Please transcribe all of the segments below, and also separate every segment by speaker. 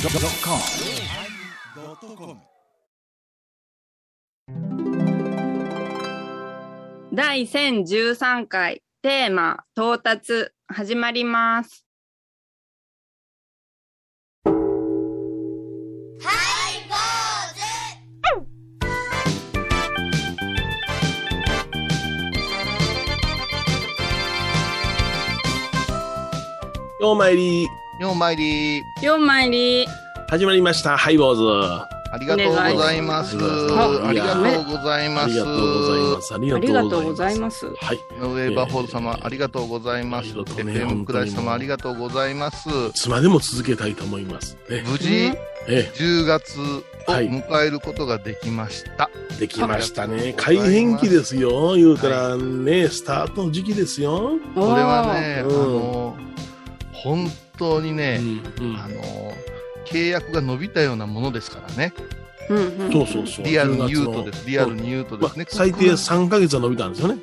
Speaker 1: yosmir
Speaker 2: 第1013回テーマ到達始まります。
Speaker 3: ようまいり
Speaker 4: ようまいり
Speaker 2: ようまいり。
Speaker 3: 始まりましたハイボーズ
Speaker 4: ありがとうございます。あ
Speaker 3: お願い
Speaker 4: り
Speaker 3: します
Speaker 4: がとうござい
Speaker 3: あ
Speaker 4: ます。
Speaker 3: りがとうございますあり
Speaker 2: あ
Speaker 3: が
Speaker 2: りが
Speaker 3: と
Speaker 2: と
Speaker 3: う
Speaker 2: う
Speaker 3: ご
Speaker 2: ご
Speaker 3: ざ
Speaker 2: ざ
Speaker 3: い
Speaker 2: い
Speaker 3: ます
Speaker 2: ます。
Speaker 3: はい
Speaker 4: 井上バフォル様、ありがとうございます。
Speaker 3: ありがとうね
Speaker 4: FM クラシ様、ありがとうございます。
Speaker 3: いつまでも続けたいと思いますね
Speaker 4: 無事、
Speaker 3: え
Speaker 4: 10月を
Speaker 3: はい
Speaker 4: 迎えることができました。
Speaker 3: えできました
Speaker 4: あり
Speaker 3: ね
Speaker 4: がと
Speaker 3: 改
Speaker 4: うございます
Speaker 3: 変期ですよ言うたらねスタートの時期ですよ
Speaker 2: お
Speaker 4: こ
Speaker 2: ー
Speaker 4: れはね、あ
Speaker 3: うん
Speaker 4: の、本当に
Speaker 3: うん
Speaker 4: ね、
Speaker 3: うん
Speaker 4: あの、契約が伸びたようなものですからね。
Speaker 2: うんうん
Speaker 3: そうそうそう
Speaker 4: リアルに言うとで
Speaker 3: 10
Speaker 4: す。リアルに言うと
Speaker 3: 月
Speaker 4: で
Speaker 3: の
Speaker 4: すね。
Speaker 3: まあ最低3ヶ月は伸びたんですよね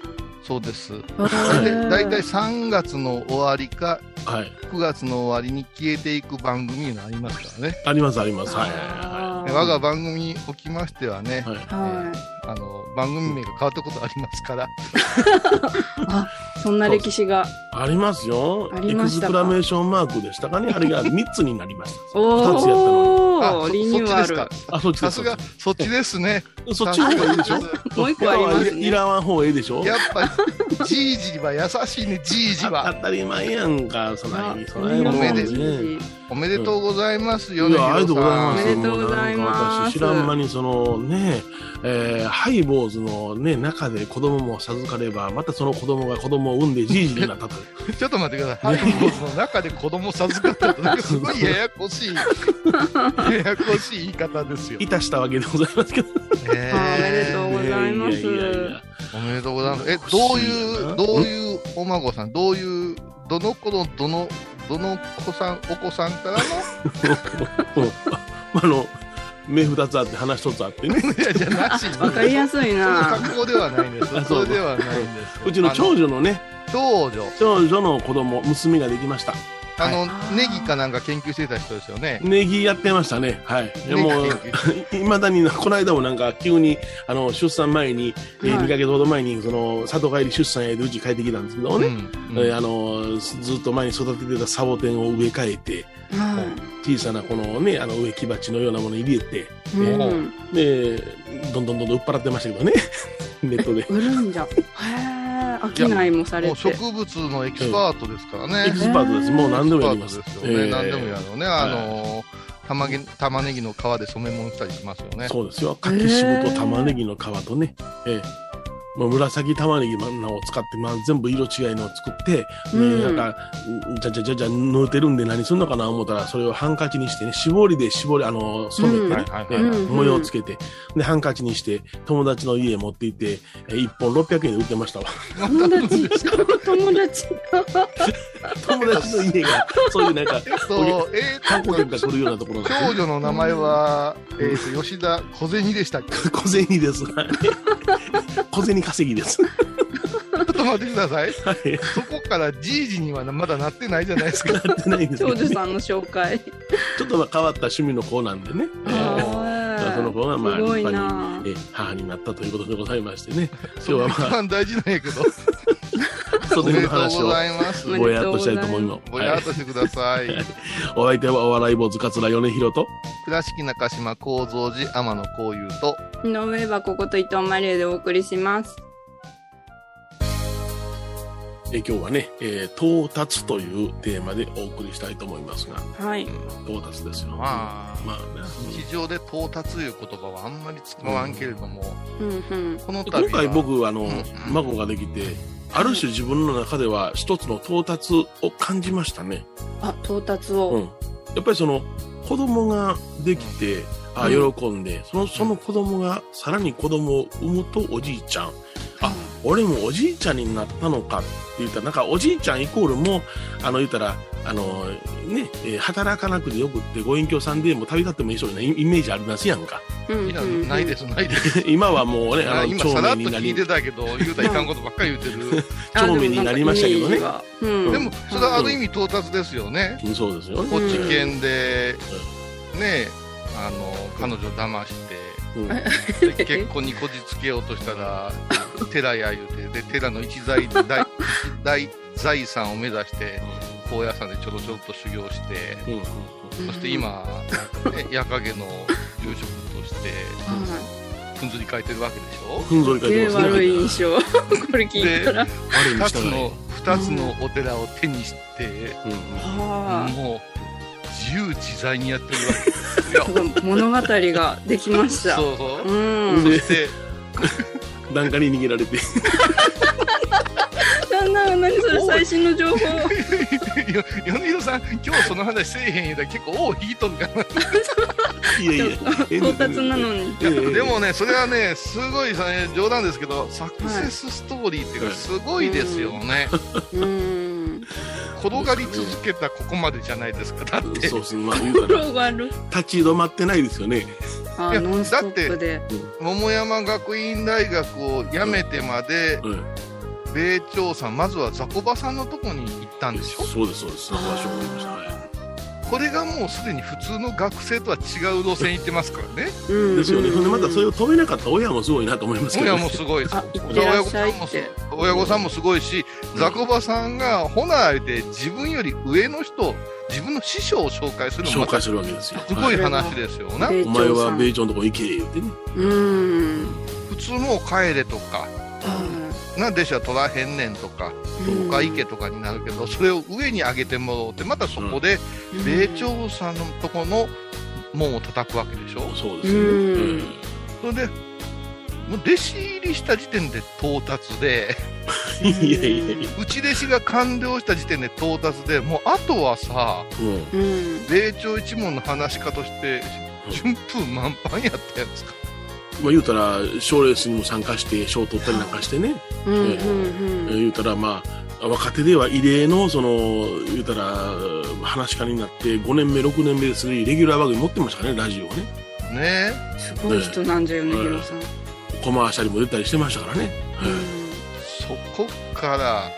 Speaker 4: そうです。
Speaker 2: へー
Speaker 4: だいたい3月の終わりか、
Speaker 3: はい
Speaker 4: 9月の終わりに消えていく番組になりますからね。
Speaker 3: ありますありますはい
Speaker 2: あ
Speaker 3: は
Speaker 2: ー
Speaker 4: 我が番組におきましてはね、
Speaker 3: いはいはい
Speaker 2: は
Speaker 4: あの番組名が変わったことありますから、
Speaker 2: い。そんな歴史が。
Speaker 3: ありますよ
Speaker 2: あ
Speaker 3: エ
Speaker 2: り
Speaker 3: ク
Speaker 2: ま
Speaker 3: ス
Speaker 2: したか
Speaker 3: プラメーションマークでしたかねあれが3つになりました2つやったのに
Speaker 2: お
Speaker 4: あ
Speaker 2: お、
Speaker 4: そ
Speaker 2: リニューアル
Speaker 4: そっ。ちですか
Speaker 3: あそっちで
Speaker 4: さ
Speaker 3: す
Speaker 4: すがそっちですね
Speaker 3: そっちの方がいいでしょ
Speaker 4: さすが
Speaker 2: もう一個あります
Speaker 3: い
Speaker 2: ね。
Speaker 3: らん方ええでしょ
Speaker 4: やっぱりじいじは優しいねじいじ
Speaker 3: 当
Speaker 4: は
Speaker 3: たり前やんか、そ
Speaker 2: あ
Speaker 3: ない、そ
Speaker 2: お
Speaker 3: ないもん
Speaker 4: おめで
Speaker 3: ね。
Speaker 4: おめでとうございますよ
Speaker 3: い
Speaker 4: ね
Speaker 3: や、ありがとうござい
Speaker 2: お
Speaker 3: ま
Speaker 2: め
Speaker 3: す。
Speaker 2: でとうございます
Speaker 3: もうなんか私、知らん間に、そのね、えーハイボーズのね、中で子供も授かれば、またその子供が子供を産んでじいじになったと。
Speaker 4: ちょ っと待ってくださいハイボーズの中で子供授かったってすごいややこしいややこしい言い方ですよ、
Speaker 3: いたしたわけでございますけど。
Speaker 4: え
Speaker 2: あおめでとうございます
Speaker 3: ねややや
Speaker 4: おめでとうございます。え、どういう、どういうお孫さん、どういう、どの子の、どの、どの子さん、お子さんからの、
Speaker 3: あの、目二つあって、鼻一つあっ てね。
Speaker 4: いや、じゃなしに。
Speaker 2: わかりやすい
Speaker 4: その
Speaker 2: な。
Speaker 4: 格好ではないんです。
Speaker 3: あ
Speaker 4: そ
Speaker 3: そう
Speaker 4: れではないんです。
Speaker 3: うちの長女のね、
Speaker 4: あの。長女。
Speaker 3: 長女の子供、娘ができました。
Speaker 4: あ
Speaker 3: は
Speaker 4: の、
Speaker 2: はい
Speaker 4: ネギかなんか研究してた人ですよね。
Speaker 3: ネギやってましたね。はい。い
Speaker 4: ネ
Speaker 3: やも
Speaker 4: ギ研
Speaker 3: う、
Speaker 4: 究。
Speaker 3: いまだになこの間もなんか急にあの出産前に、えー
Speaker 2: はい
Speaker 3: 2ヶ月ほど前にその里帰り出産へでうち帰ってきたんですけど
Speaker 4: う
Speaker 3: ね、
Speaker 4: ん
Speaker 3: えーあのずずっと前に育ててたサボテンを植え替えて
Speaker 2: はい
Speaker 3: 小さなこのねあの植木鉢のようなものに入れて
Speaker 2: うん
Speaker 3: でどんどんどんどん売っ払ってましたけどね ネット で
Speaker 2: 売るんじゃ。へえ。商いもさ
Speaker 4: も
Speaker 2: れ
Speaker 4: う
Speaker 2: て。
Speaker 4: 植物のエキスパートですからね。
Speaker 3: エキスパートですもう何でもやります
Speaker 4: エキスパートですよね。
Speaker 3: えー
Speaker 4: 何でもやるね。あのー、玉ね玉ねぎの皮で染め物したりしますよね。
Speaker 3: そうですよ柿渋と玉ねぎの皮とね、ええもう紫玉ねぎを使って、まあ、全部色違いのを作って、ね
Speaker 2: うん
Speaker 3: なんかんじゃじゃじゃじゃ縫うてるんで何すんのかな思ったらそれをハンカチにしてね絞りで絞りあの染めてね、
Speaker 4: はい
Speaker 3: え
Speaker 2: うんうん
Speaker 3: 模様をつけてでハンカチにして友達の家へ持って行ってえ1本600円で売って ましたわ
Speaker 2: 友達。友達が。
Speaker 3: 友達の家がそういうなんか
Speaker 4: えっと、えー
Speaker 3: 観光客が来るようなところ
Speaker 4: 長
Speaker 3: が
Speaker 4: 女の名前は、えーと、吉田小銭でしたっけ ち
Speaker 3: 小銭ですはい小銭稼ぎです
Speaker 4: ょっと待ってください。
Speaker 3: はい
Speaker 4: そこからじいじにはまだなってないじゃないですか。
Speaker 3: やってないんです け
Speaker 2: 長
Speaker 3: ど、
Speaker 2: 女
Speaker 3: ね、
Speaker 2: さんの紹介。
Speaker 3: ちょっとまあ変わった趣味の子なんでね、えー
Speaker 2: はい
Speaker 3: その子がまあ
Speaker 2: す
Speaker 3: 立
Speaker 2: ごい
Speaker 3: 派に
Speaker 2: な。
Speaker 3: えー母になったということでございましてね、 今日
Speaker 4: それ
Speaker 3: は
Speaker 4: が
Speaker 3: ま
Speaker 4: 一
Speaker 3: あ、
Speaker 4: 番大事なんやけど。
Speaker 3: そ
Speaker 4: おめ
Speaker 3: の
Speaker 4: で
Speaker 3: 辺
Speaker 4: と
Speaker 3: の話
Speaker 4: うご
Speaker 3: を
Speaker 4: ざいます。
Speaker 2: おめでとうございます
Speaker 3: ぼやっとしたいと思います。
Speaker 4: ぼ
Speaker 3: は
Speaker 4: や
Speaker 3: い
Speaker 4: っ、としてください。
Speaker 3: お相手はお笑い坊主桂米広と、
Speaker 4: 倉敷中島幸三寺天野幸雄と、
Speaker 2: 井上はここと伊藤マリエでお送りします。
Speaker 3: えー今日はね、えー到達というテーマでお送りしたいと思いますが、
Speaker 2: はい。
Speaker 3: 到達ですよ。
Speaker 4: まあ、
Speaker 3: まあね
Speaker 4: 地上で到達いう言葉はあんまり使わんけれども、
Speaker 2: うんうん。
Speaker 4: この
Speaker 3: で
Speaker 4: 度は
Speaker 3: 今回僕、あの、
Speaker 4: ん
Speaker 3: 孫ができて、ある種自分の中では一つの到達を感じましたね。
Speaker 2: あ、到達
Speaker 3: う
Speaker 2: を。
Speaker 3: ん、やっぱりその子供ができて、あ喜んでそのその子供がさらに子供を産むとおじいちゃんあ俺もおじいちゃんになったのかって言ったらなんかおじいちゃんイコールもあの言ったらあのね、えー働かなくてよくってご隠居さんでもう旅立ってもいいそうなイイメージあるなしやんか
Speaker 2: うん。
Speaker 4: いやないですす、ないです。
Speaker 3: 今はもうね
Speaker 4: あ
Speaker 3: あの
Speaker 4: 今、
Speaker 3: 長
Speaker 4: さらっ
Speaker 3: 命
Speaker 4: と
Speaker 3: にな
Speaker 4: 聞い
Speaker 3: り
Speaker 4: てたけど、言うたらいかんことばっかり言ってる。
Speaker 2: あ
Speaker 3: 長命になりましたけど
Speaker 2: で
Speaker 3: ね。
Speaker 2: もなんかイメージ
Speaker 4: で
Speaker 2: がうん
Speaker 4: も、それはある意味到達ですよね。
Speaker 3: そうですよね、
Speaker 4: 高知県で、ね、あの、彼女騙して、
Speaker 3: うん
Speaker 4: で結婚にこじつけようとしたら寺や言うてで寺の一財 大大財産を目指して高野山でちょろちょろっと修行して
Speaker 3: うんうん
Speaker 4: そして今、ね、矢影の住職として
Speaker 2: は
Speaker 4: ふんずり返ってるわけでしょ
Speaker 3: ふんぞり
Speaker 2: い
Speaker 3: 返ってますね
Speaker 2: 悪い印象。これ聞いたら。
Speaker 3: 悪いに
Speaker 4: 2つ
Speaker 3: 従い
Speaker 4: の二つのお寺を手にして
Speaker 3: うんうん
Speaker 2: は
Speaker 4: もう自由自在にやってるわ
Speaker 2: あ。す
Speaker 4: けい
Speaker 2: ごい物語ができ まし
Speaker 4: や
Speaker 2: た。
Speaker 4: そうそう、
Speaker 2: うん。
Speaker 4: そして
Speaker 3: 檀家に逃げられて
Speaker 2: なんだ何それ最新の情報。
Speaker 4: よ米広さん今日その話せえへん言うたら結構尾を引いとるから
Speaker 3: いやいや
Speaker 2: 到達なのに。
Speaker 3: ええ
Speaker 4: でもね、それはね、すごいさ、冗談ですけど、サクセスストーリーっていう
Speaker 3: は
Speaker 4: か、
Speaker 3: い
Speaker 4: すごいですよ ね。
Speaker 2: うん。
Speaker 4: 転がり続けたここまでじゃないですか。だって、
Speaker 3: そうですねまあ言うたら
Speaker 2: 転がる。
Speaker 3: 立ち止まってないですよね
Speaker 2: あ
Speaker 4: いや
Speaker 2: ーノンストップで。
Speaker 4: 桃山学院大学を辞めてまで、
Speaker 3: うん
Speaker 4: 米朝さん、まずはザコバさんのとこに行ったんでしょ
Speaker 3: そうですそうですそこはしょうがないですはい
Speaker 4: これがもうすでに普通の学生とは違う路線行ってますからね。
Speaker 2: うん
Speaker 3: ですよね。
Speaker 2: うん
Speaker 3: ほんでまたそれを止めなかった親もすごいなと思いますけど、
Speaker 4: 親
Speaker 3: ね。
Speaker 4: もすごいです
Speaker 2: あ
Speaker 4: よ。
Speaker 2: 行ってらっしゃいっ
Speaker 4: 親
Speaker 2: て
Speaker 4: 御。さんも親御さんもすごいし、ザコバさんが、ほな、で自分より上の人、自分の師匠を紹介するのも
Speaker 3: 紹介するわけですよ。
Speaker 4: すごい
Speaker 3: は
Speaker 4: 話ですよな。
Speaker 3: お前は米朝のとこ行け言ってね。
Speaker 2: うん。
Speaker 4: 普通もう帰れとか、なんでしょ取らへんねんとか、
Speaker 2: うん
Speaker 4: 他行けとかになるけど、それを上に上げてもろうって、またそこで、米朝さんのとこの門を叩くわけでしょ。
Speaker 3: そうですよね。
Speaker 2: うん
Speaker 3: え
Speaker 4: それで、もう弟子入りした時点で到達で、
Speaker 3: え いやいやいや。
Speaker 4: 内弟子が完了した時点で到達で、もうあとはさ、
Speaker 3: も
Speaker 2: う
Speaker 3: う
Speaker 2: ん。
Speaker 4: 米朝一門の話し家として、
Speaker 3: うん
Speaker 4: 順風満帆やったやつか。
Speaker 3: まあ言うたら賞レースにも参加して賞を取ったりなんかしてね。
Speaker 2: うんうん
Speaker 3: え
Speaker 2: う
Speaker 3: ー
Speaker 2: ん
Speaker 3: 言うたらまあ若手では異例のその言うたら話し家になって5年目6年目ですでレギュラー番組持ってましたからねラジオをね。
Speaker 4: ね
Speaker 2: すごい人なんじゃよね、
Speaker 3: うん
Speaker 2: ヒロさん。
Speaker 3: コマーシャルも出たりしてましたからね。ええ
Speaker 4: そこから、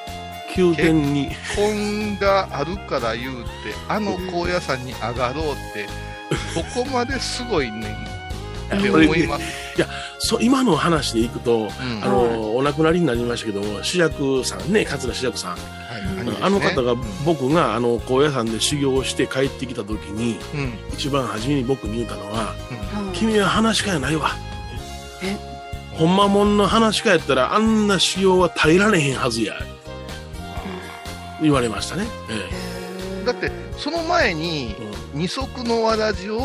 Speaker 3: 急転に
Speaker 4: 本があるから言うてあの高野山に上がろうってどこまですごいねんって
Speaker 3: これ
Speaker 4: 思います、
Speaker 3: そう今の話でいくと。
Speaker 4: うん
Speaker 3: あのお亡くなりになりましたけども主役さんね桂主役さん
Speaker 4: はい
Speaker 2: うん
Speaker 4: いいですね
Speaker 3: あの方が僕があの高野山で修行をして帰ってきた時に
Speaker 4: うんうん
Speaker 3: 一番初めに僕に言ったのは
Speaker 2: うん
Speaker 3: 「君は話し家やないわ」
Speaker 2: え
Speaker 3: ほんまもんの話し家やったらあんな修行は耐えられへんはずや」言われましたね。え
Speaker 4: だってその前に
Speaker 3: えうん
Speaker 4: 二足のわらじを
Speaker 3: う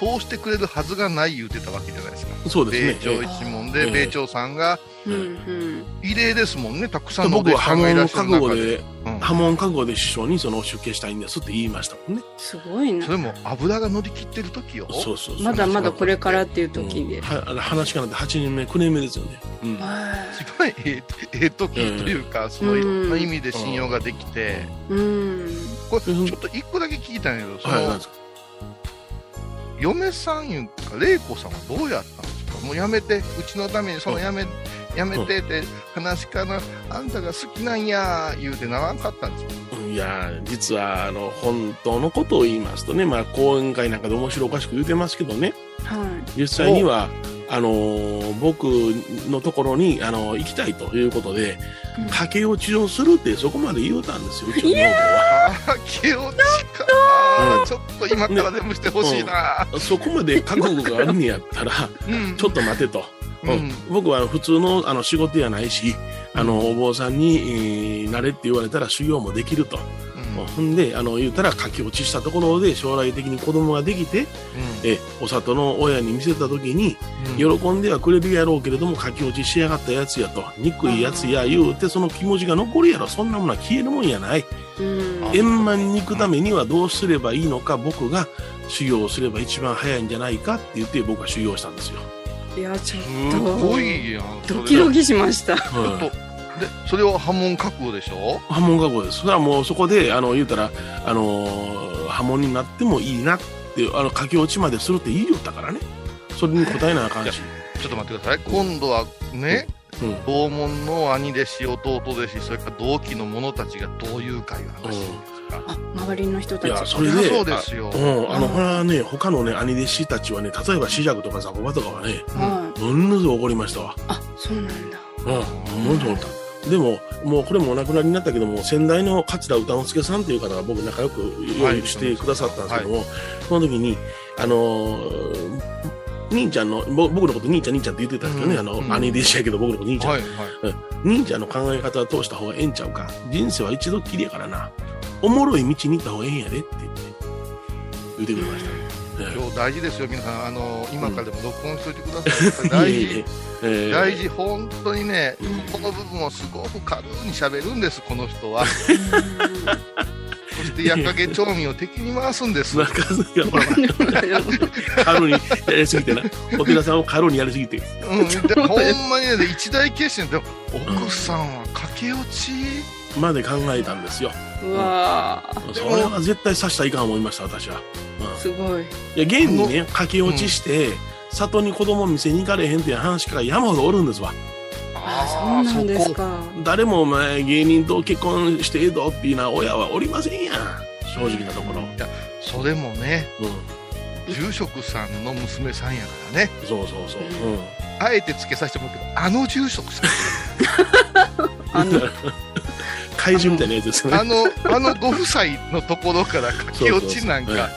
Speaker 4: こう通してくれるはずがない言うてたわけじゃないですか
Speaker 3: ん、そう
Speaker 4: 米
Speaker 3: ですね。
Speaker 4: 朝
Speaker 3: ええ
Speaker 4: 一門
Speaker 3: え
Speaker 4: で
Speaker 3: え
Speaker 4: 米朝さんが
Speaker 2: うんうん
Speaker 4: 異例ですもんねたくさんのお
Speaker 3: 僕
Speaker 4: 弟
Speaker 3: は
Speaker 4: 子さ
Speaker 3: 波
Speaker 4: んがいら
Speaker 3: 紋
Speaker 4: っしゃる
Speaker 3: 覚悟
Speaker 4: 中で、
Speaker 3: で、
Speaker 4: うん
Speaker 3: 波紋覚悟で師匠にその出家したいんですって言いましたもんね。
Speaker 2: すごいな
Speaker 4: そ。れも油が乗り切ってる時よ
Speaker 3: そうそうそう。
Speaker 2: まだまだこれからっていう時
Speaker 3: う
Speaker 2: で
Speaker 3: ん。はあの話し家なんて8人目、9年目ですよね。うん
Speaker 2: はい
Speaker 4: 一番ええええ時というか、そのいろんな意味で信用ができて、
Speaker 2: うん。
Speaker 4: これちょっと一個だけ聞いたんやけど、その
Speaker 3: はい、なんですか。
Speaker 4: 嫁さんいうか玲子さんはどうやったんですかもうやめてうちのためにそのやめ、やめてって話かなあんたが好きなんや言うてならんかったんですか
Speaker 3: いやー実はあの本当のことを言いますとね、まあ、講演会なんかで面白おかしく言うてますけどね
Speaker 2: は
Speaker 3: 実際にはあのー僕のところに、あのー行きたいということで
Speaker 2: うん
Speaker 3: 竹を治療するってそこまで言うたんですようちの
Speaker 2: い
Speaker 3: 女房は。
Speaker 4: ああ気落ちかあーちょっと今からでもしてほしいな、
Speaker 3: そこまで覚悟があるんやったら
Speaker 4: うん
Speaker 3: ちょっと待てと、
Speaker 4: うん
Speaker 3: うん僕は普通のあの仕事やないしあのお坊さんに、えーなれって言われたら修行もできると、
Speaker 4: うん
Speaker 3: ほんであの言うたら駆け落ちしたところで将来的に子供ができてえお里の親に見せた時に
Speaker 4: うん
Speaker 3: 喜んではくれるやろうけれども書き落ちしやがったやつやと憎いやつや言うてその気持ちが残るやろそんなものは消えるもんやない
Speaker 2: い。うん。
Speaker 4: あ
Speaker 3: 円満に行くためにはどうすればいいのか僕が修行をすれば一番早いんじゃないかって言って僕は修行したんですよ
Speaker 2: えいや、ちょっ
Speaker 4: す
Speaker 2: と。
Speaker 4: ごいやん。それ
Speaker 2: ドキドキしました。
Speaker 3: はい
Speaker 4: とで、それは波紋覚悟でしょ
Speaker 3: 波紋学校です。それはもうそこで、あの、言うたら、あの、波紋になってもいいなって、あの、駆け落ちまでするっていいよったからね。それに答えなあかんし。
Speaker 4: ちょっと待ってください。今度はね、
Speaker 3: うん。うん。
Speaker 4: 同門の兄弟子、弟弟子、それから同期の者たちがどういう会を話してるんですか。
Speaker 2: あ、周りの人た
Speaker 3: いや
Speaker 2: ち。
Speaker 3: それで
Speaker 4: りゃそうですよ。
Speaker 3: うん、あの、
Speaker 2: うん
Speaker 3: ほらね、他のね、兄弟子たちはね、例えば、シジャクとかザコバとかはね、
Speaker 2: はい。
Speaker 3: ものすごい怒りましたわ。
Speaker 2: あ、そうなんだ。
Speaker 3: うん、ものすごい怒った。でも、もうこれもお亡くなりになったけども、先代の桂歌之助さんという方が僕仲良く用意してくださったんですけども、その時に、あのー兄ちゃんの、ぼ僕のこと兄ちゃん兄ちゃんって言ってたんですけどね、
Speaker 4: うん
Speaker 3: あの、
Speaker 4: うん
Speaker 3: 兄弟子やけど僕のこと兄ちゃん。
Speaker 4: はいはい。
Speaker 3: 兄ちゃんの考え方を通した方がええんちゃうか。人生は一度っきりやからな。おもろい道に行った方がええんやでって言って、言ってくれました。ええ
Speaker 4: 今日大事ですよ、皆さん。あの、今からでも録音しといてください。大事。
Speaker 3: ええ
Speaker 4: 大事、本当にね
Speaker 3: うん、
Speaker 4: ここの部分をすごく軽に喋るんです、この人は。そして、やっかけ町民を敵に回す んです。
Speaker 3: なんか、ほら、軽にやりすぎ てな。お寺さんを軽にやりすぎて。
Speaker 4: うん、でほんまにね、一大決心で、奥さんは駆け落ち、
Speaker 3: まで考えたんですよ。
Speaker 2: うわあ、
Speaker 3: それは絶対刺したらいかん思いました、私は。
Speaker 2: すごい。
Speaker 3: いや、現にね、駆け落ちして、里に子供店に行かれへんっていう話から山ほどおるんですわ。
Speaker 2: あ、そうなんです
Speaker 4: こ。
Speaker 2: か。
Speaker 3: 誰もお前芸人と結婚してええぞっていうのは親はおりませんやん。正直なところ。
Speaker 4: いやそれもね、
Speaker 3: うん。
Speaker 4: 住職さんの娘さんやからね、
Speaker 3: そうそうそう。うん。
Speaker 4: あえてつけさせてもらうけど、あの住 職さん、
Speaker 2: あの、
Speaker 3: 怪獣みたいなやつですよ
Speaker 4: あ
Speaker 3: ね。
Speaker 4: の、あのご夫妻のところから駆け落ちなん
Speaker 3: そうそう
Speaker 4: か、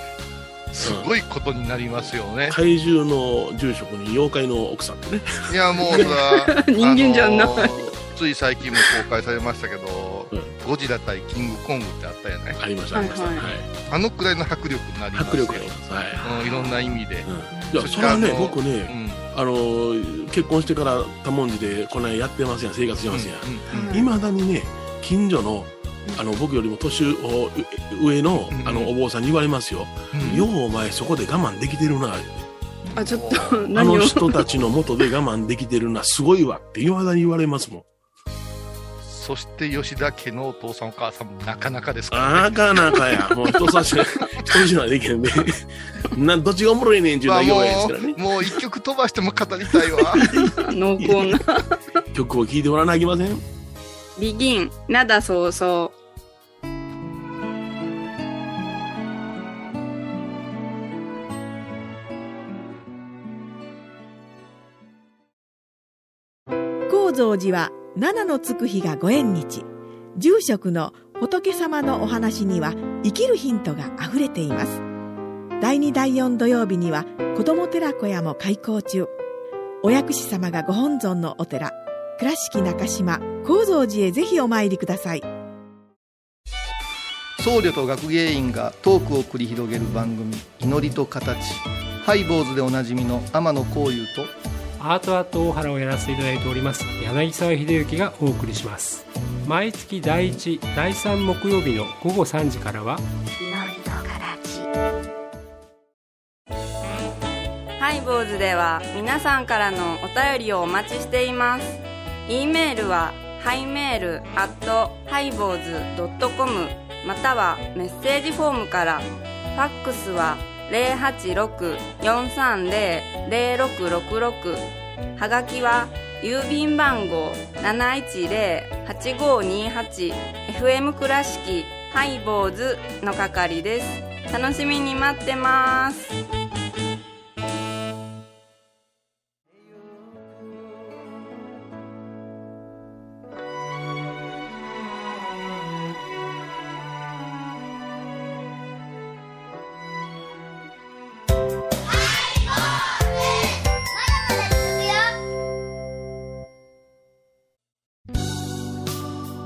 Speaker 4: すごいことになりますよね。
Speaker 3: 怪獣の住職に妖怪の奥さんってね。
Speaker 4: いや、もうそれは
Speaker 2: 人間じゃない
Speaker 4: あのーつい最近も公開されましたけど、
Speaker 3: うん
Speaker 4: ゴジラ対キングコングってあったじゃない
Speaker 3: ありました、ありました。
Speaker 2: は
Speaker 3: はいい
Speaker 2: は。
Speaker 4: あのくらいの迫力になります
Speaker 3: 迫
Speaker 4: よ
Speaker 3: 力あります。はい。
Speaker 4: うん、いろんな意味で。
Speaker 3: いや、それはね
Speaker 4: あ、の
Speaker 3: 僕
Speaker 4: う
Speaker 3: ね、
Speaker 4: ん
Speaker 3: あのー、結婚してから多文字で、この間やってますやん、生活してますやん。
Speaker 4: うんうん
Speaker 2: うん
Speaker 3: いまだにね、近所の、あの、僕よりも年を上の
Speaker 4: う、ん
Speaker 3: あの、お坊さんに言われますよ。
Speaker 4: うん
Speaker 3: ようお前、そこで我慢できてるな。
Speaker 2: あ、ちょっと、
Speaker 3: あ
Speaker 2: 何を
Speaker 3: の。人たちの元で我慢できてるな、すごいわって、いまだに言われますもん。
Speaker 4: そして吉田家のお父さんお母さんもなかなかですから、
Speaker 3: な
Speaker 4: ね。
Speaker 3: かなかや。 もう人差し、人差しはできへんで。 な、どっちがおもろいねんちゅうの
Speaker 4: まあ
Speaker 3: は
Speaker 4: も
Speaker 3: 弱いですからね
Speaker 4: う、。もう一曲飛ばしても語りたいわ。
Speaker 2: 濃厚 な。
Speaker 3: 曲を聴いてもらわなきゃいけません。
Speaker 2: ビギン、なだそうそ
Speaker 1: 高蔵寺は七のつく日がご縁日住職の仏様のお話には生きるヒントがあふれています第2第4土曜日には子ども寺小屋も開校中お薬師様がご本尊のお寺倉敷中島・高蔵寺へぜひお参りください
Speaker 5: 僧侶と学芸員がトークを繰り広げる番組「祈りと形」ハイボーズでおなじみの天野幸雄と
Speaker 6: アートアート大原をやらせていただいております柳沢秀幸がお送りします毎月第1第3木曜日の午後3時からは
Speaker 2: う。ハイボーズでは皆さんからのお便りをお待ちしています。e メールは、ハイメールアットハイボーズドットコムまたはメッセージフォームから、ファックスは086-430-0666はがきは郵便番号 710-8528FM 倉敷ハイボーズの係です楽しみに待ってます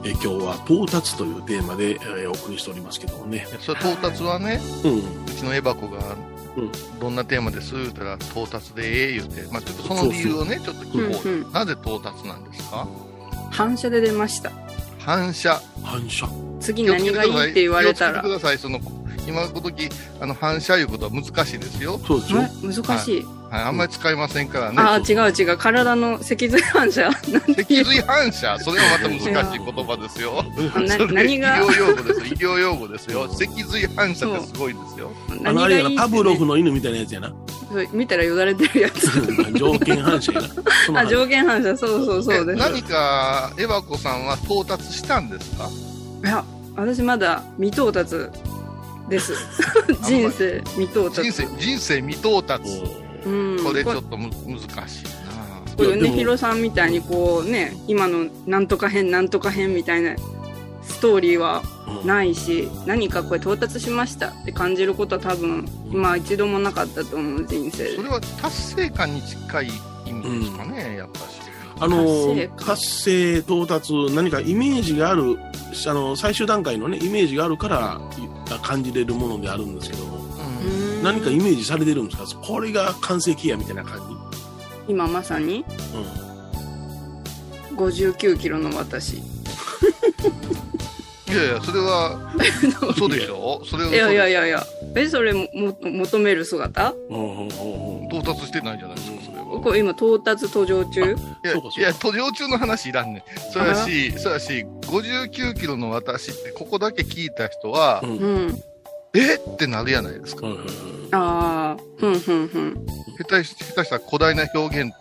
Speaker 3: え今日は到達というテーマで、えーお送りしておりますけどもね。
Speaker 4: それ到達はね、
Speaker 3: うん。
Speaker 4: うちのエバ子が
Speaker 3: うん、
Speaker 4: どんなテーマです言うたら、到達でええ言うて、まあちょっとその理由をね、ちょっと聞こうよ。
Speaker 2: うんう
Speaker 4: なぜ到達なんですか
Speaker 2: 反射で出ました
Speaker 4: 反射。
Speaker 3: 反射。
Speaker 2: 次何がいいって言われたら
Speaker 4: 気をつけてください。その今の時あの反射いうことは難しいですよ。
Speaker 3: そうですよ。
Speaker 2: え難しい、
Speaker 4: はい、あんまり使いませんからね。
Speaker 2: ああ、違う違う。体の脊髄反 射。
Speaker 4: 脊髄反射、それはまた難しい言葉ですよ。
Speaker 2: な
Speaker 4: それ
Speaker 2: 何が
Speaker 4: 医療用語ですよ。医療用語ですよ。脊髄反射ってすごいですよ。
Speaker 3: あ
Speaker 2: 何
Speaker 3: の、あ
Speaker 2: が
Speaker 3: れ
Speaker 2: いいって
Speaker 3: やな、
Speaker 2: ね
Speaker 3: パブロフの犬みたいなやつやな。
Speaker 2: そう見たらよだれてるやつ。
Speaker 3: 条件反射やな。その
Speaker 2: あ、
Speaker 3: 話
Speaker 2: 上限反射。そうそうそう
Speaker 4: え
Speaker 2: です。
Speaker 4: 何か、エバコさんは到達したんですか
Speaker 2: いや、私まだ未到達 です。人生未到達。
Speaker 4: 人生、人生未到達。
Speaker 2: うん。
Speaker 4: これちょ
Speaker 2: こ
Speaker 4: っとむ難しい
Speaker 2: こう米
Speaker 3: いやでも
Speaker 2: 広さんみたいにこうね、今のなんとか編なんとか編みたいなストーリーは
Speaker 3: うん
Speaker 2: ないし、何かこれ到達しましたって感じることは多分今一度もなかったと思う人生
Speaker 4: な。
Speaker 2: で
Speaker 4: それは達成感に近い意味ですかね、やっぱし。
Speaker 3: あの
Speaker 2: 達成感
Speaker 3: 達成到達何かイメージがあるあの最終段階のねイメージがあるからい感じれるものであるんですけども
Speaker 4: うん
Speaker 3: 何かイメージされてるんですかこれが完成形やみたいな感
Speaker 2: 今まさに
Speaker 3: じ、うん
Speaker 2: 59キロの私
Speaker 4: いやいや、それは、嘘でしょそれはい
Speaker 2: やいやい
Speaker 4: や。
Speaker 2: やいやえそれもも求める姿
Speaker 3: うんうんうんうん
Speaker 4: 到達してないじゃないですか、それは。
Speaker 2: これ今到達途上中
Speaker 4: いや
Speaker 3: そうかそうか
Speaker 4: いや、途上中の話いらんねん。そうやし、そうやし、59キロの私って、ここだけ聞いた人は、
Speaker 3: うん
Speaker 2: うん
Speaker 4: えってなるやないですか。
Speaker 3: うんうん
Speaker 2: ああふんふんふん
Speaker 4: 下手し下手したら古代な表現、い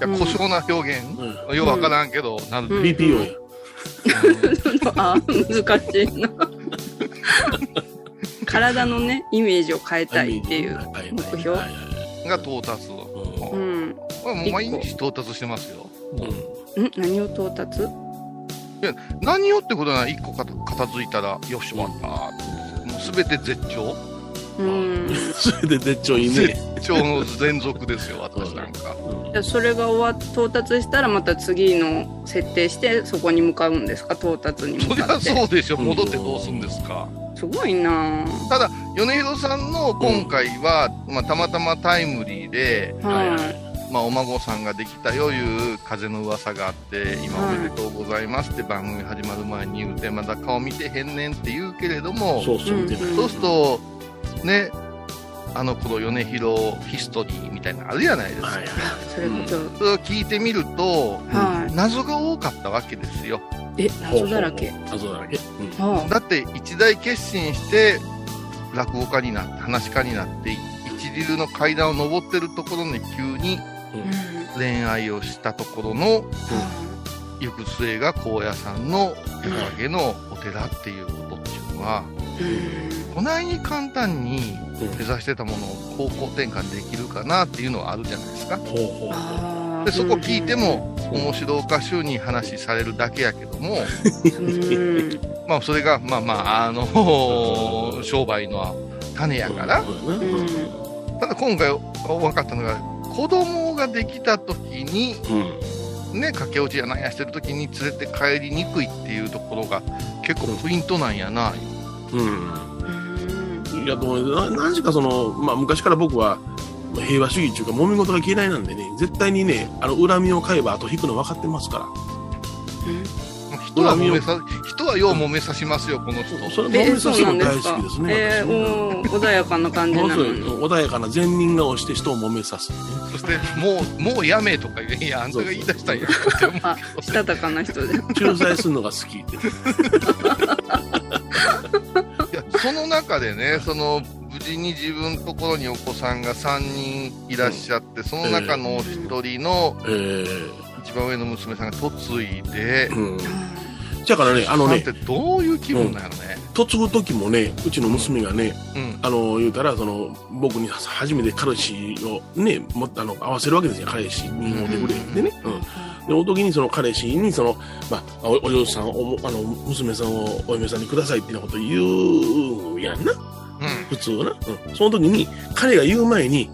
Speaker 4: や、
Speaker 2: うん
Speaker 4: 故障な表現、
Speaker 3: うん
Speaker 4: ようわからんけど、なる。
Speaker 2: うん
Speaker 3: BPO や
Speaker 2: あー難しいな 体のねイメージを変えたいっていう
Speaker 3: はいはいはい
Speaker 2: 目標
Speaker 3: はいはい
Speaker 4: が到達。
Speaker 3: うん
Speaker 2: う
Speaker 4: うん
Speaker 2: んん
Speaker 4: これもう毎日到達してますよ。
Speaker 2: 何を到達
Speaker 4: 何よってことは一個かた片付いたら、よし、終わったって。もうすべて絶頂。
Speaker 2: うん
Speaker 3: うんそれで絶頂いいね
Speaker 4: 絶頂の連続ですよ、私なんか。
Speaker 2: じゃあそれが終わっ到達したらまた次の設定してそこに向かうんですか到達に
Speaker 4: そ
Speaker 2: 向
Speaker 4: り
Speaker 2: か
Speaker 4: ゃ
Speaker 2: って
Speaker 4: そうでしょ、戻ってどうすんですか。
Speaker 2: すごいなぁ
Speaker 4: 米広さんの今回は、まあ、たまたまタイムリーで、
Speaker 3: はいは
Speaker 2: はい
Speaker 3: い
Speaker 4: まあ、お孫さんができたよいう風の噂があって今おめでとうございますって番組始まる前に言うてまだ顔見てへんねんって言うけれども
Speaker 3: そうそう見てない
Speaker 2: ん
Speaker 4: そうするとねあの頃米広ヒストリーみたいなのあるじゃないですか、
Speaker 3: はいはい
Speaker 2: それこそ、
Speaker 4: それを聞いてみると
Speaker 2: は
Speaker 4: 謎が多かったわけですよ
Speaker 2: いえ謎だらけ
Speaker 3: ほうほうほう謎だらけうん
Speaker 2: は
Speaker 4: だって一大決心して落語家になって話し家になって一流の階段を上ってるところに急に
Speaker 2: あ、
Speaker 4: 恋愛をしたところの行く末が高野山の手影のお寺っていうことっていうのは、
Speaker 2: うん
Speaker 4: こないに簡単に
Speaker 3: うん
Speaker 4: 目指してたものを方向転換できるかなっていうのはあるじゃないですか。
Speaker 3: ほうほうほ
Speaker 2: あー
Speaker 4: でそこ聞いて、も面白おかしゅうに話されるだけやけども、
Speaker 2: うん
Speaker 4: まあそれがまあまああの商売の種や
Speaker 3: う
Speaker 4: から、
Speaker 3: そうやな
Speaker 2: うん
Speaker 4: ただ今回分かったのが子供ができた時に
Speaker 3: うん
Speaker 4: ね、駆け落ちやなんやしてる時に連れて帰りにくいっていうところが結構ポイントなんやな、
Speaker 3: うん
Speaker 2: うん
Speaker 3: いやと思いますな何時かその、まあ、昔から僕はまあ平和主義っていうか揉め事が嫌いなんでね絶対にねあの恨みを買えば後引くの分かってますから
Speaker 4: 人は揉めさ人はよう揉めさしますよこの人
Speaker 3: それ揉
Speaker 2: え
Speaker 3: めさ
Speaker 2: そ
Speaker 3: せ
Speaker 2: うな
Speaker 3: るの
Speaker 2: んで
Speaker 3: 大
Speaker 2: す
Speaker 3: 好
Speaker 2: か
Speaker 3: きですね
Speaker 2: えー、
Speaker 3: 私
Speaker 2: おー穏やかな感じ
Speaker 3: もの
Speaker 2: な
Speaker 3: すご
Speaker 2: の
Speaker 3: い
Speaker 2: に
Speaker 3: 穏やかな善人が押して人を揉めさす、ね、
Speaker 4: そしてもうもうやめとか言えいやあんたが言い出したん やって思う
Speaker 2: あしたたかな人 で
Speaker 3: 仲裁するのが好きって
Speaker 4: いやその中でねその無事に自分のところにお子さんが3人いらっしゃって、その中のお一人の
Speaker 3: えー
Speaker 4: 一番上の娘さんが嫁いで、
Speaker 3: うん、だからねあの
Speaker 4: なん
Speaker 3: ね
Speaker 4: てどういう気分なのね、
Speaker 3: 嫁ぐ時もねうちの娘がね
Speaker 4: うん
Speaker 3: あの言うたらその僕に初めて彼氏をねもっとあの合わせるわけですよ彼氏に持ってくれってね、うん、で、おときにその彼氏にその、まあ、おお嬢さんをお、あの、娘さんをお嫁さんにくださいっていうようなこと言うやんな、
Speaker 4: うん
Speaker 3: 普通はな。うん。その時に、彼が言う前に、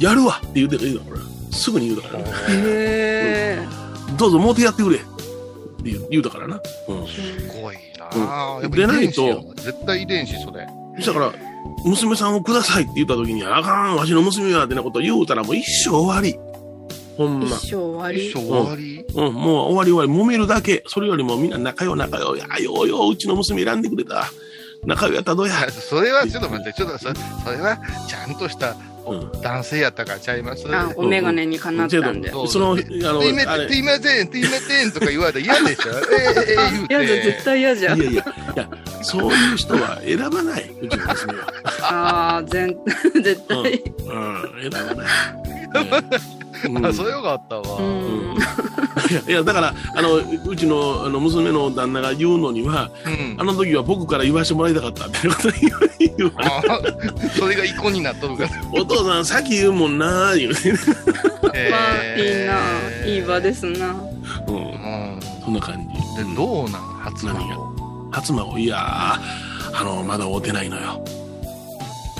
Speaker 3: やるわって言うて言うだから、すぐに言うだからな、
Speaker 2: へ
Speaker 3: どうぞもうてやってくれって言う言うだからな。うん。
Speaker 4: すごいなあ、
Speaker 3: うん
Speaker 4: やっぱ
Speaker 3: でない
Speaker 4: 遺伝子よ
Speaker 3: と
Speaker 4: 絶対遺伝子それ
Speaker 3: そしたから、娘さんをくださいって言った時に、あかん、わしの娘はってなこと言うたらもう一生終わり。ほん
Speaker 2: ー一
Speaker 3: ま。
Speaker 2: 生終わ
Speaker 4: 一
Speaker 2: り
Speaker 4: 生終わり、
Speaker 3: うん、もう終わり終わり、揉めるだけ。それよりもみんな仲よ仲よ。いや、ようよう、うちの娘選んでくれた。仲よやったらどうや。
Speaker 4: それはちょっと待ってちょっとそそれはちゃんとした
Speaker 3: うん
Speaker 4: 男性やったからちゃいます。
Speaker 2: あお眼鏡にかなったんで。
Speaker 4: うん
Speaker 3: その、あ
Speaker 4: てていめ
Speaker 3: の、あ
Speaker 4: て、
Speaker 3: れ
Speaker 4: ていめてん、ていめてんとか言われたら嫌 でしょ。ええええ言うて。
Speaker 2: 嫌じゃ、絶対嫌じゃ
Speaker 3: い
Speaker 2: ん。
Speaker 3: やいや、いや、そういう人は選ばない、うちの娘は。
Speaker 2: ああ、全、 絶対。
Speaker 3: うん、選ばない。うん
Speaker 4: あ、そうよかったわ。
Speaker 2: うん。
Speaker 3: いやいやだからあのうちのあの娘の旦那が言うのには
Speaker 4: うん
Speaker 3: あの時は僕から言わしてもらいたか ったっていうことを言う言うわ
Speaker 4: あ それがイコになっと るから。。
Speaker 3: お父さんさっき言うもんなー言うて、
Speaker 2: まあ、いいな。いい場ですすな。
Speaker 3: うん、
Speaker 4: うん。
Speaker 3: そんな感じ
Speaker 4: で、どうなん初
Speaker 3: 何が
Speaker 4: 孫。
Speaker 3: 初孫いやーあのまだ会うてないのよ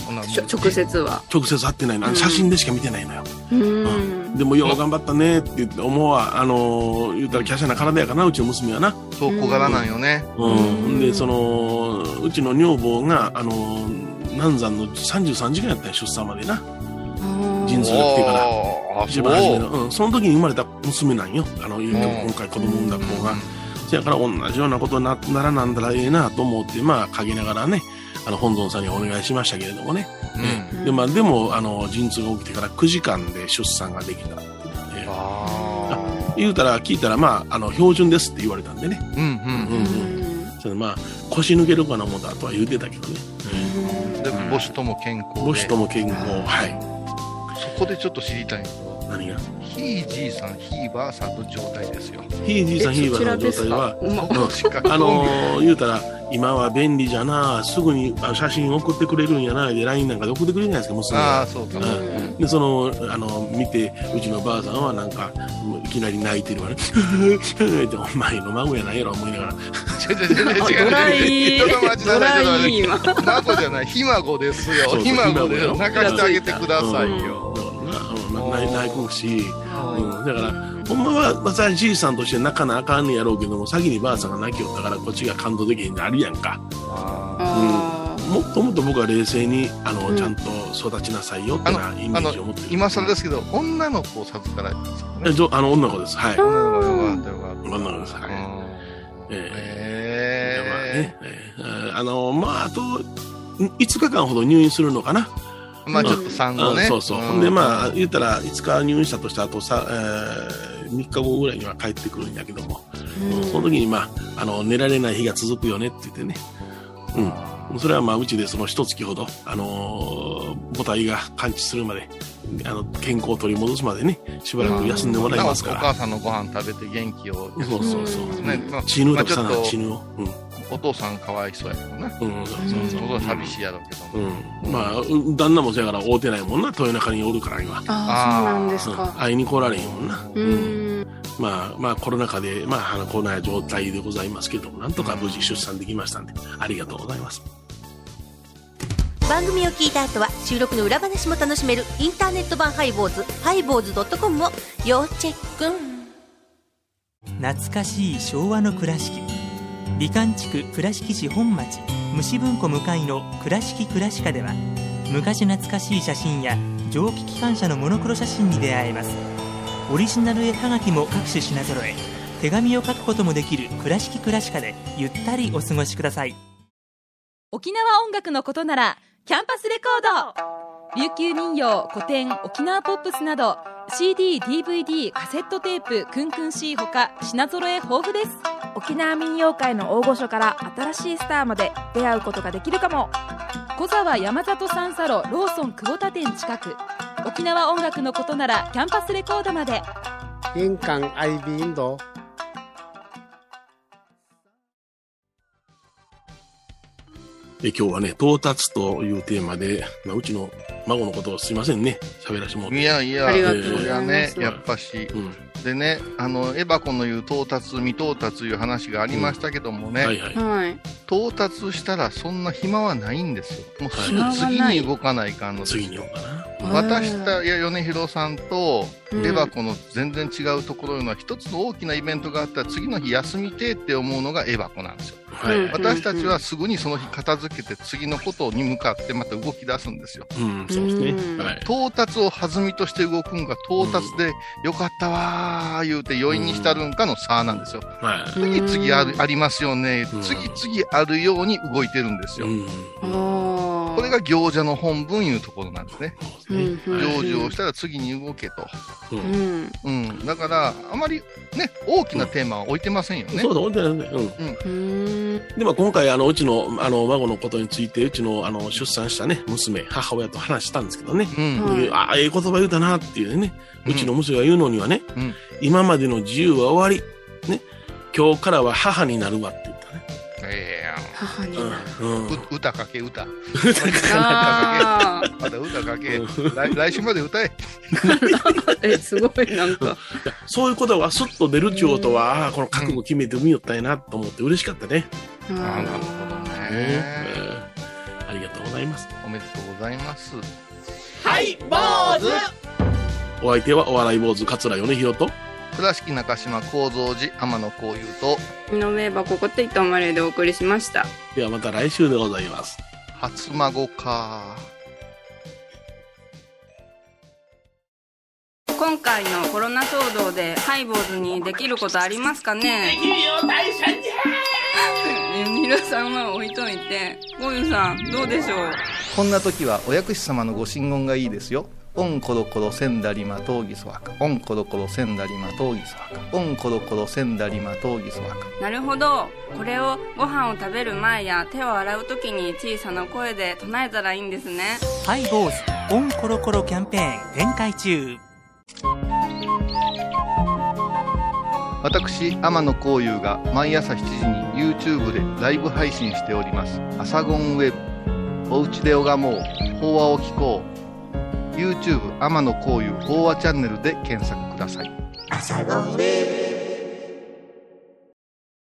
Speaker 4: ほな
Speaker 2: しょ直。接は。
Speaker 3: 直接会ってないの
Speaker 2: うん
Speaker 3: 写真でしか見てないのよ、
Speaker 2: うん。
Speaker 3: でもよう頑張ったねって言って思うわあの言ったら華奢な体やかなうちの娘はな
Speaker 4: そう小柄なんよね。
Speaker 3: うん、
Speaker 2: うん
Speaker 3: でそのうちの女房があの難産の33時間やったよ出産までな人生やってから
Speaker 4: おーあ、
Speaker 3: 一番初めの
Speaker 4: そう。
Speaker 3: う、ん、その時に生まれた娘なんよあの今
Speaker 4: うん
Speaker 3: 回子供産んだ子が
Speaker 4: うん
Speaker 3: そやから同じようなことになならなんだらええなと思ってまあ陰ながらねあの本尊さんにお願いしましたけれどもね、
Speaker 4: うん。
Speaker 3: でまあ、でもあの陣痛が起きてから9時間で出産ができたって言って
Speaker 4: あー
Speaker 3: 言うたら聞いたらまああの標準ですって言われたんでね
Speaker 4: うんうん。
Speaker 2: うん
Speaker 3: それまあ腰抜けるかな思ったとは言うてたけどね
Speaker 4: で、母子とも健康で。
Speaker 3: 母子とも健康はい
Speaker 4: そこでちょっと知りたいんやけど、
Speaker 3: 何が
Speaker 4: ひいじいさん、ひいばあさんの状態ですよ。
Speaker 3: ひいじいさんひい
Speaker 2: え
Speaker 3: ば
Speaker 2: そち
Speaker 3: あさ
Speaker 2: ら
Speaker 3: んの
Speaker 2: で
Speaker 3: 状
Speaker 2: す
Speaker 3: 態は
Speaker 2: か。うま
Speaker 3: うん
Speaker 4: 近く
Speaker 3: あのー言うたら、今は便利じゃな、すぐにあ写真送ってくれるんやな、で、LINE なんかで送ってくれるじゃないですか、娘
Speaker 4: あ
Speaker 3: が
Speaker 4: あ、そうか。
Speaker 2: うん
Speaker 3: で、その、あの、見て、うちのばあさんはなんか、もういきなり泣いてるわね。 って、お前の孫やないやろ、思いながら。
Speaker 4: 違う違う違う違う違う。
Speaker 2: ドライ
Speaker 4: ちょっと待ちな
Speaker 2: ド
Speaker 4: さい、ちょっと
Speaker 2: ライ
Speaker 4: 待ち
Speaker 2: 今
Speaker 4: なさい。孫じゃない、ひ孫ですよ。
Speaker 3: そうそう
Speaker 4: ひ孫です
Speaker 3: ひ孫よ
Speaker 4: よ。泣かしてあげてくださいよ。
Speaker 3: うんだからなうん泣泣くし、うん、だから、
Speaker 2: ら
Speaker 3: ほんまは、まさにじいさんとして泣かなあかんねやろうけども、先にばあさんが泣きよったから、こっちが感動できへんのあるやんか。
Speaker 4: あ
Speaker 2: あー
Speaker 3: もっともっと僕は冷静に、あの、
Speaker 2: うん
Speaker 3: ちゃんと育ちなさいよってなイメージを持って
Speaker 4: ー
Speaker 3: る。
Speaker 4: 今更ですけど、女の子を授かられたんですよ
Speaker 3: え
Speaker 4: ね。
Speaker 3: じょあの女の子です。はい。
Speaker 2: あ
Speaker 4: 女の子よかったよかった。
Speaker 3: 女の子ですはい
Speaker 4: うん
Speaker 3: え
Speaker 4: え
Speaker 3: えーあのまああとん5日間ほど入院するのかな、
Speaker 4: え。まあちょっと産後
Speaker 3: うん
Speaker 4: ね。
Speaker 3: そうそう、ほん、でまあ言ったら5日入院したとしたらあとさ、えー、3日後ぐらいには帰ってくるんやけども、うんその時にまああの寝られない日が続くよねって言ってねうんそれはまあうちでその一月ほどあのー母体が完治するまであの健康を取り戻すまでねしばらく休んでもらい
Speaker 4: なおお
Speaker 3: ますから、
Speaker 4: 母さんのご飯食べて元気を。
Speaker 3: そうそうそう、
Speaker 2: うん
Speaker 4: ねまあ
Speaker 3: 血ぬをたくさ
Speaker 4: まあち
Speaker 3: な
Speaker 4: ょっと
Speaker 3: 血ぬをうん
Speaker 4: お父さんかわいそうやけどな。
Speaker 3: うん
Speaker 4: そう
Speaker 2: うん
Speaker 4: そう。お父さん寂しいやろうけど。
Speaker 3: うん、まあう旦那もそやから会うてないもんな豊中におるから今
Speaker 2: あーそうなんです
Speaker 3: うん
Speaker 2: か
Speaker 3: 会いに来られへんもんな、
Speaker 2: う
Speaker 3: うん
Speaker 2: ん
Speaker 3: まあまあコロナ禍でまああのこんな状態でございますけどもなんとか無事出産できましたんでありがとうございます
Speaker 7: 番組を聞いた後は収録の裏話も楽しめるインターネット版ハイボーズハイボーズドットコムを要チェック
Speaker 8: 懐かしい昭和の倉敷美観地区倉敷市本町虫文庫向かいの「倉敷倉敷科」では昔懐かしい写真や蒸気機関車のモノクロ写真に出会えますオリジナル絵はがきも各種品揃え手紙を書くこともできる「倉敷倉敷科」でゆったりお過ごしください
Speaker 9: 沖縄音楽のことならキャンパスレコード琉球民謡古典沖縄ポップスなど CDDVD カセットテープクンクン C ほか品揃え豊富です
Speaker 10: 沖縄民謡界の大御所から新しいスターまで出会うことができるかも
Speaker 9: 小沢山里三佐路ローソン久保田店近く沖縄音楽のことならキャンパスレコードまで
Speaker 11: 印港 I B 印度。
Speaker 3: で今日はね到達というテーマで、まあ、うちの孫のことをすいませんね喋らしてもらっ
Speaker 4: い
Speaker 3: て、
Speaker 4: やいや、
Speaker 2: ありが
Speaker 3: とうございます
Speaker 4: そりゃね、やっぱし。
Speaker 3: うん、
Speaker 4: でね、あの、エバコの言う到達、未到達いう話がありましたけどもね、
Speaker 3: はいはい、
Speaker 2: はい
Speaker 4: 到達したらそんな暇はないんですよ。もうすぐ
Speaker 2: はい
Speaker 4: 次に動かないかんのですよ
Speaker 3: 次に言おうかな
Speaker 4: 私たや米広さんと
Speaker 2: うん
Speaker 4: エバコの全然違うところいうのは一つの大きなイベントがあったら次の日休みてえって思うのがエバコなんですよ。
Speaker 3: はい、
Speaker 2: うん
Speaker 4: 私たちはすぐにその日片付けて次のことに向かってまた動き出すんですよ。
Speaker 3: うんそうですね、
Speaker 2: うん
Speaker 3: はい
Speaker 4: 到達を弾みとして動くんが到達でよかったわー言うて余韻に浸るんかの差なんですよ。
Speaker 3: は
Speaker 4: 次々あるありますよね
Speaker 3: うん。
Speaker 4: 次々あるように動いてるんで
Speaker 3: い
Speaker 4: すよ
Speaker 3: う。ん
Speaker 2: あー
Speaker 4: これが行者の本文いうところなんですね。
Speaker 2: うんうん
Speaker 4: 行事をしたら次に動けと。
Speaker 2: うん
Speaker 4: うん、だから、あまりね、大きなテーマは置いてませんよね。
Speaker 3: そうだ、ほんとだね。うん。でも今回、あの、うちの、あの、孫のことについて、うちの、あの、出産したね、娘、母親と話したんですけどね。でああ、ええ言葉言うたなっていうね。うちの娘が言うのにはね、今までの自由は終わり。ね。今日からは母になるわって言ったね。
Speaker 4: ええ
Speaker 2: 母に
Speaker 4: な
Speaker 3: る。うん。
Speaker 4: う歌かけ歌。
Speaker 2: あー
Speaker 4: まだ歌かけ。来来週まで歌え。
Speaker 2: え、すごい、なんか。
Speaker 3: そういうことがスッと出るちゅうことは、ああこの覚悟決めてみよったんやなと思って嬉しかったね。
Speaker 2: あ
Speaker 4: あ、なるほどね。え
Speaker 3: ありがとうございます。
Speaker 4: おめでとうございます。
Speaker 12: はい坊主
Speaker 3: お相手はお笑い坊主桂米広と、
Speaker 4: 倉敷中島幸三寺天野幸雄と、
Speaker 2: 身の名馬ここっていとまれでお送りしました。
Speaker 3: ではまた来週でございます。
Speaker 4: 初孫か。
Speaker 2: 今回のコロナ騒動でハイボーズにできることあります か
Speaker 12: で
Speaker 2: ね
Speaker 12: きるよ大社 じ
Speaker 2: 皆さんは置いといてゴユさんどうでしょう
Speaker 5: こんな時はお薬師様のご神言がいいですよ。オンコロコロセンダリマトウギソワカ。オンコロコロセンダリマトウギソワカ。オンコロコロセンダリマトウギソワカ。
Speaker 2: なるほどこれをご飯を食べる前や手を洗う時に小さな声で唱えたらいいんですね
Speaker 8: ハイボーズオンコロコロキャンペーン展開中
Speaker 5: 私天野幸雄が毎朝7時に YouTube でライブ配信しております「アサゴンウェブ」「おうちで拝もう法話を聞こう」YouTube 天野幸雄法話チャンネルで検索ください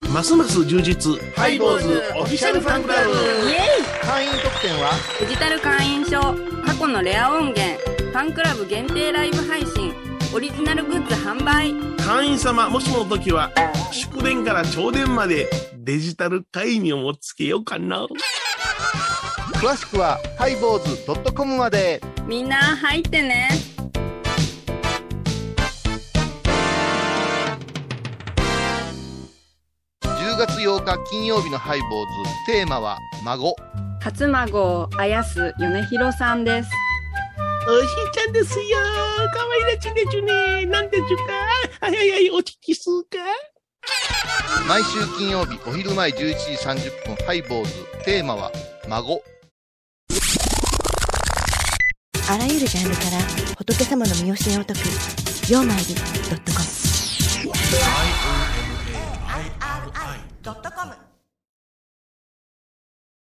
Speaker 3: ますます充実。
Speaker 12: ハイボーズオフィシャルファンクラブ
Speaker 2: イエイ
Speaker 12: 会員特典は
Speaker 2: デジタル会員証過去のレア音源ファンクラブ限定ライブ配信オリジナルグッズ販売
Speaker 3: 会員様、もしもの時は、祝電から朝電までデジタル会員をつけようかな。
Speaker 5: 詳しくはハイボーズ .com まで
Speaker 2: みんな入ってね
Speaker 4: 10月8日金曜日のハイボーズテーマは孫
Speaker 2: 初孫をあやす米広さんです
Speaker 12: おじいちゃんですよかわいらしいでちゅねなんでちゅかあややいお聞きすうか
Speaker 4: 毎週金曜日お昼前11時30分ハイボーズテーマは孫
Speaker 13: あらゆるジャンルから仏様の身教えを解く「曜マイル